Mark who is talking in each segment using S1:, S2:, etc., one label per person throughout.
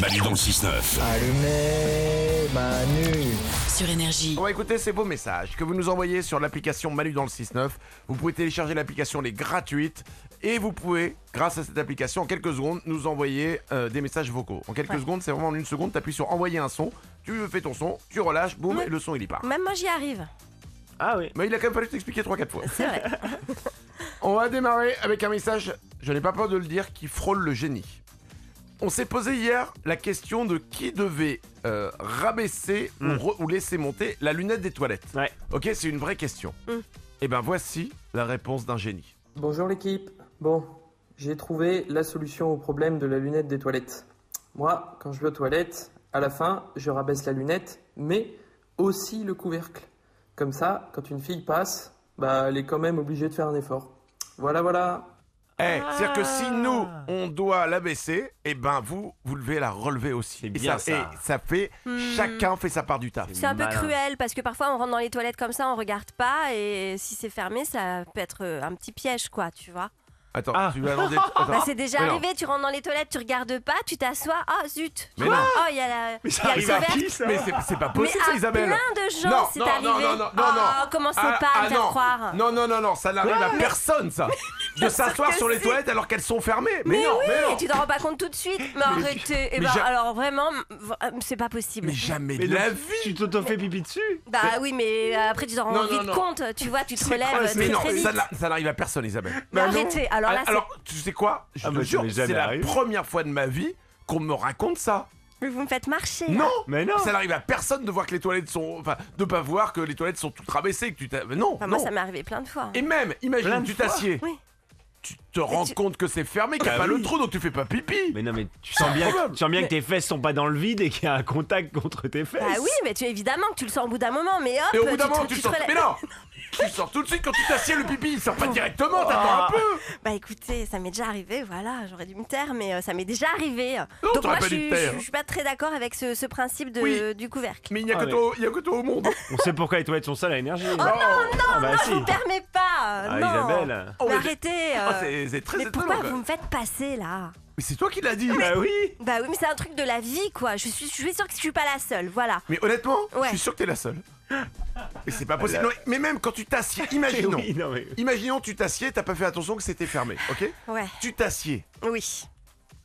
S1: Manu dans le 6-9.
S2: Allumez Manu
S3: sur énergie.
S4: On va écouter ces beaux messages que vous nous envoyez sur l'application Manu dans le 6.9. Vous pouvez télécharger l'application, elle est gratuite. Et vous pouvez, grâce à cette application, en quelques secondes, nous envoyer euh, des messages vocaux. En quelques
S5: Ouais.
S4: secondes, c'est vraiment en une seconde, t'appuies sur envoyer un son, tu fais ton son, tu relâches, boum, et le son il y part.
S5: Même moi j'y arrive.
S6: Ah oui.
S4: Mais il a quand même fallu t'expliquer 3-4 fois.
S5: C'est vrai.
S4: On va démarrer avec un message, je n'ai pas peur de le dire, qui frôle le génie. On s'est posé hier la question de qui devait euh, rabaisser ou
S6: Mm.
S4: re- ou laisser monter la lunette des toilettes.
S6: Ouais.
S4: Ok, c'est une vraie question.
S5: Mm.
S4: Et ben voici la réponse d'un génie.
S7: Bonjour l'équipe. Bon, j'ai trouvé la solution au problème de la lunette des toilettes. Moi, quand je vais aux toilettes, à la fin, je rabaisse la lunette, mais aussi le couvercle. Comme ça, quand une fille passe, bah, elle est quand même obligée de faire un effort. Voilà, voilà.
S4: Eh, c'est-à-dire que si
S6: Ah.
S4: nous, on doit l'abaisser, et ben vous, vous devez la relever aussi.
S6: C'est
S4: Et
S6: bien ça.
S4: Et ça fait,
S5: Hmm.
S4: chacun fait sa part du taf.
S5: C'est un peu
S6: malin.
S5: cruel parce que parfois on rentre dans les toilettes comme ça, on regarde pas et si c'est fermé, ça peut être euh, un petit piège quoi, tu vois.
S4: Attends,
S6: Ah.
S4: tu vas dans des- attends.
S5: Bah, c'est déjà
S4: Mais non.
S5: arrivé, tu rentres dans les toilettes, tu regardes pas, tu t'assois, ah zut.
S4: Mais non.
S5: Oh, il y a la
S6: Mais
S5: il y
S6: ça
S5: a le
S6: arrive à
S5: couvercle.
S6: qui ça
S4: Mais c'est, c'est pas
S5: Mais
S4: possible, ça,
S5: à
S4: Isabelle.
S5: plein de
S4: Non,
S5: gens, c'est
S4: non,
S5: arrivé.
S4: non, non, non, non,
S5: Oh, commencez
S4: Ah,
S5: pas à me
S4: ah,
S5: faire
S4: non.
S5: croire.
S4: Non, non, non, non, ça n'arrive à personne, ça. De s'asseoir
S5: que
S4: sur les
S5: si.
S4: toilettes alors qu'elles sont fermées. Mais,
S5: Mais
S4: non, mais non.
S5: Et tu t'en rends pas compte tout de suite. Mais, arrêtez. Eh
S4: mais
S5: ben,
S4: j'a-
S5: alors vraiment, v- euh, c'est pas possible.
S4: Mais jamais
S6: Mais
S4: de la
S6: donc,
S4: vie.
S6: Tu t'auto-fais pipi dessus
S5: Bah oui, mais euh, après tu t'en
S4: Non,
S5: rends
S4: non,
S5: vite
S4: non.
S5: compte. Tu vois, tu te relèves
S6: quoi,
S5: euh,
S6: c'est-
S4: Mais
S5: très,
S4: non,
S5: très vite.
S4: Ah, ça, n'a- ça n'arrive à personne, Isabelle.
S5: Mais
S6: Bah non.
S5: arrêtez. Alors là, c'est-
S4: alors, tu sais quoi Je
S6: Ah,
S4: te
S6: bah, ça
S4: jure,
S6: m'est
S4: c'est
S6: jamais
S4: la
S6: arrivé.
S4: première fois de ma vie qu'on me raconte ça.
S5: mais vous me faites marcher.
S4: Non
S6: Mais non
S4: Ça n'arrive à personne de voir que les toilettes sont. Enfin, de pas voir que les toilettes sont toutes rabaissées. Que tu t'as- Mais non,
S5: Enfin,
S4: non.
S5: moi, ça m'est arrivé plein de fois. hein.
S4: Et même,
S6: Plein
S4: imagine,
S6: de
S4: tu
S6: fois.
S4: t'assieds.
S5: Oui.
S4: Tu te rends
S5: tu-
S4: compte que c'est fermé, qu'il n'y a
S6: Bah
S4: pas le
S6: oui.
S4: trou, donc tu fais pas pipi.
S6: Mais non, mais tu sens bien, que, tu sens bien que tes fesses sont pas dans le vide et qu'il y a un contact contre tes fesses.
S5: Bah oui, mais tu évidemment que tu le sens au bout d'un moment, mais hop.
S4: Et au bout d'un
S5: Bah, te-
S4: moment, tu le
S5: te
S4: sors.
S5: relèves.
S4: Mais non Tu le sors tout de suite quand tu t'assieds, le pipi, il sort
S6: Ah.
S4: pas directement, t'attends un peu
S5: Bah écoutez, ça m'est déjà arrivé, voilà, j'aurais dû me taire, mais euh, ça m'est déjà arrivé.
S4: Non,
S5: Donc
S4: t'aurais
S5: moi,
S4: pas
S5: je
S4: dû
S5: suis,
S4: te taire.
S5: je- je suis pas très d'accord avec ce, ce principe de,
S4: Oui.
S5: du couvercle.
S4: Mais il n'y a,
S6: Ah,
S4: que
S6: mais-
S4: toi- il y a que toi au monde
S5: Euh,
S6: On sait pourquoi les toilettes sont sales à l'énergie. Oh,
S4: non,
S6: bah
S5: non,
S6: si.
S5: je vous permets pas.
S6: Ah,
S5: non.
S6: Isabelle.
S4: Oh,
S5: Mais
S4: mais-
S5: arrêtez. euh,
S4: Ah, c'est c'est très
S5: mais
S4: étonnant
S5: pourquoi
S4: quand
S5: vous
S4: même.
S5: me faites passer là
S4: Mais c'est toi qui l'as dit
S6: Bah oui.
S5: Bah oui, mais c'est un truc de la vie, quoi. Je suis, je suis sûre que je suis pas la seule, voilà.
S4: Mais honnêtement, je
S5: Ouais.
S4: suis sûr que t'es la seule. Mais c'est pas possible.
S6: Là-
S4: Non, mais même quand tu t'assieds,
S6: Ah, Eh
S4: imaginons.
S6: oui, non, mais...
S4: Imaginons tu t'assieds, t'as pas fait attention que c'était fermé, ok
S5: Ouais,
S4: Tu t'assieds,
S5: oui.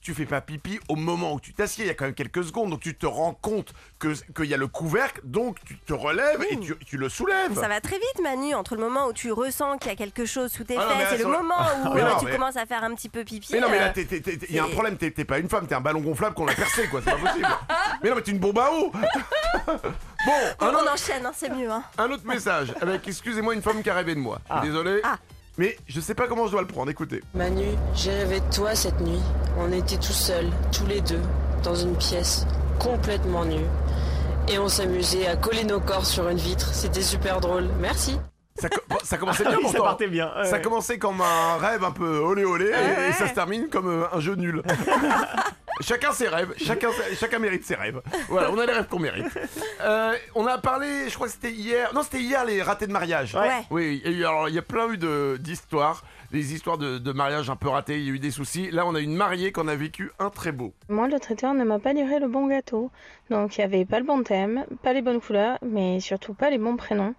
S4: tu fais pas pipi au moment où tu t'assieds, il y a quand même quelques secondes, donc tu te rends compte que qu'il y a le couvercle, donc tu te relèves et
S5: Ouh.
S4: tu, tu le soulèves.
S5: Ça va très vite, Manu, entre le moment où tu ressens qu'il y a quelque chose sous tes
S4: Ah non, mais là,
S5: fesses et le
S4: sur-
S5: moment où
S4: Mais
S5: euh,
S4: non,
S5: tu
S4: mais-
S5: commences à faire un petit peu pipi.
S4: Mais non, mais là,
S5: euh,
S4: t'es- t'es- t'es- il y a un
S5: c'est-
S4: problème, t'es t'es pas une femme, t'es un ballon gonflable qu'on a percé, quoi, c'est pas possible. mais non, mais t'es une bombe à eau Bon, un
S5: on
S4: autre,
S5: enchaîne, hein, c'est mieux. Hein.
S4: un autre message, avec excusez-moi une femme qui a rêvé de moi. Je suis Désolé,
S5: Ah.
S4: mais je sais pas comment je dois le prendre, écoutez.
S8: Manu, j'ai rêvé de toi cette nuit. On était tout seuls, tous les deux, dans une pièce complètement nue. Et on s'amusait à coller nos corps sur une vitre. C'était super drôle. Merci.
S4: Ça, co- ça commençait bien
S6: Ah oui, ça
S4: pourtant. hein.
S6: partait bien. ouais, Ah
S4: Ça
S6: ouais.
S4: commençait comme un rêve un peu olé olé et,
S5: Ouais,
S4: et ça
S5: ouais.
S4: se termine comme euh, un jeu nul. chacun ses rêves, chacun, chacun mérite ses rêves. Voilà, on a les rêves qu'on mérite. Euh, on a parlé, je crois que c'était hier, non c'était hier les ratés de mariage.
S5: Ouais. Ouais.
S4: Oui, il y a eu- alors, il y a plein eu de- d'histoires, des histoires de, de mariage un peu ratées, il y a eu des soucis. Là on a une mariée qu'on a vécu un très beau.
S9: Moi, le traiteur ne m'a pas livré le bon gâteau. Donc, il n'y avait pas le bon thème, pas les bonnes couleurs, mais surtout pas les bons prénoms.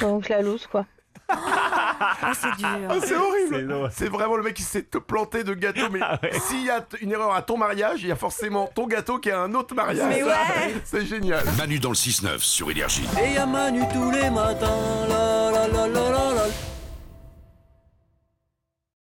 S9: Donc, la loose, quoi.
S5: Ah, c'est dur.
S4: Ah, c'est horrible
S6: C'est drôle.
S4: C'est vraiment le mec qui s'est planté de gâteau, mais
S6: Ah ouais.
S4: s'il y a t- une erreur à ton mariage, il y a forcément ton gâteau qui a un autre mariage.
S5: Mais ouais.
S4: C'est génial
S1: Manu dans le 6-9 sur Énergie.
S2: Et y'a Manu tous les matins, la la la la la la.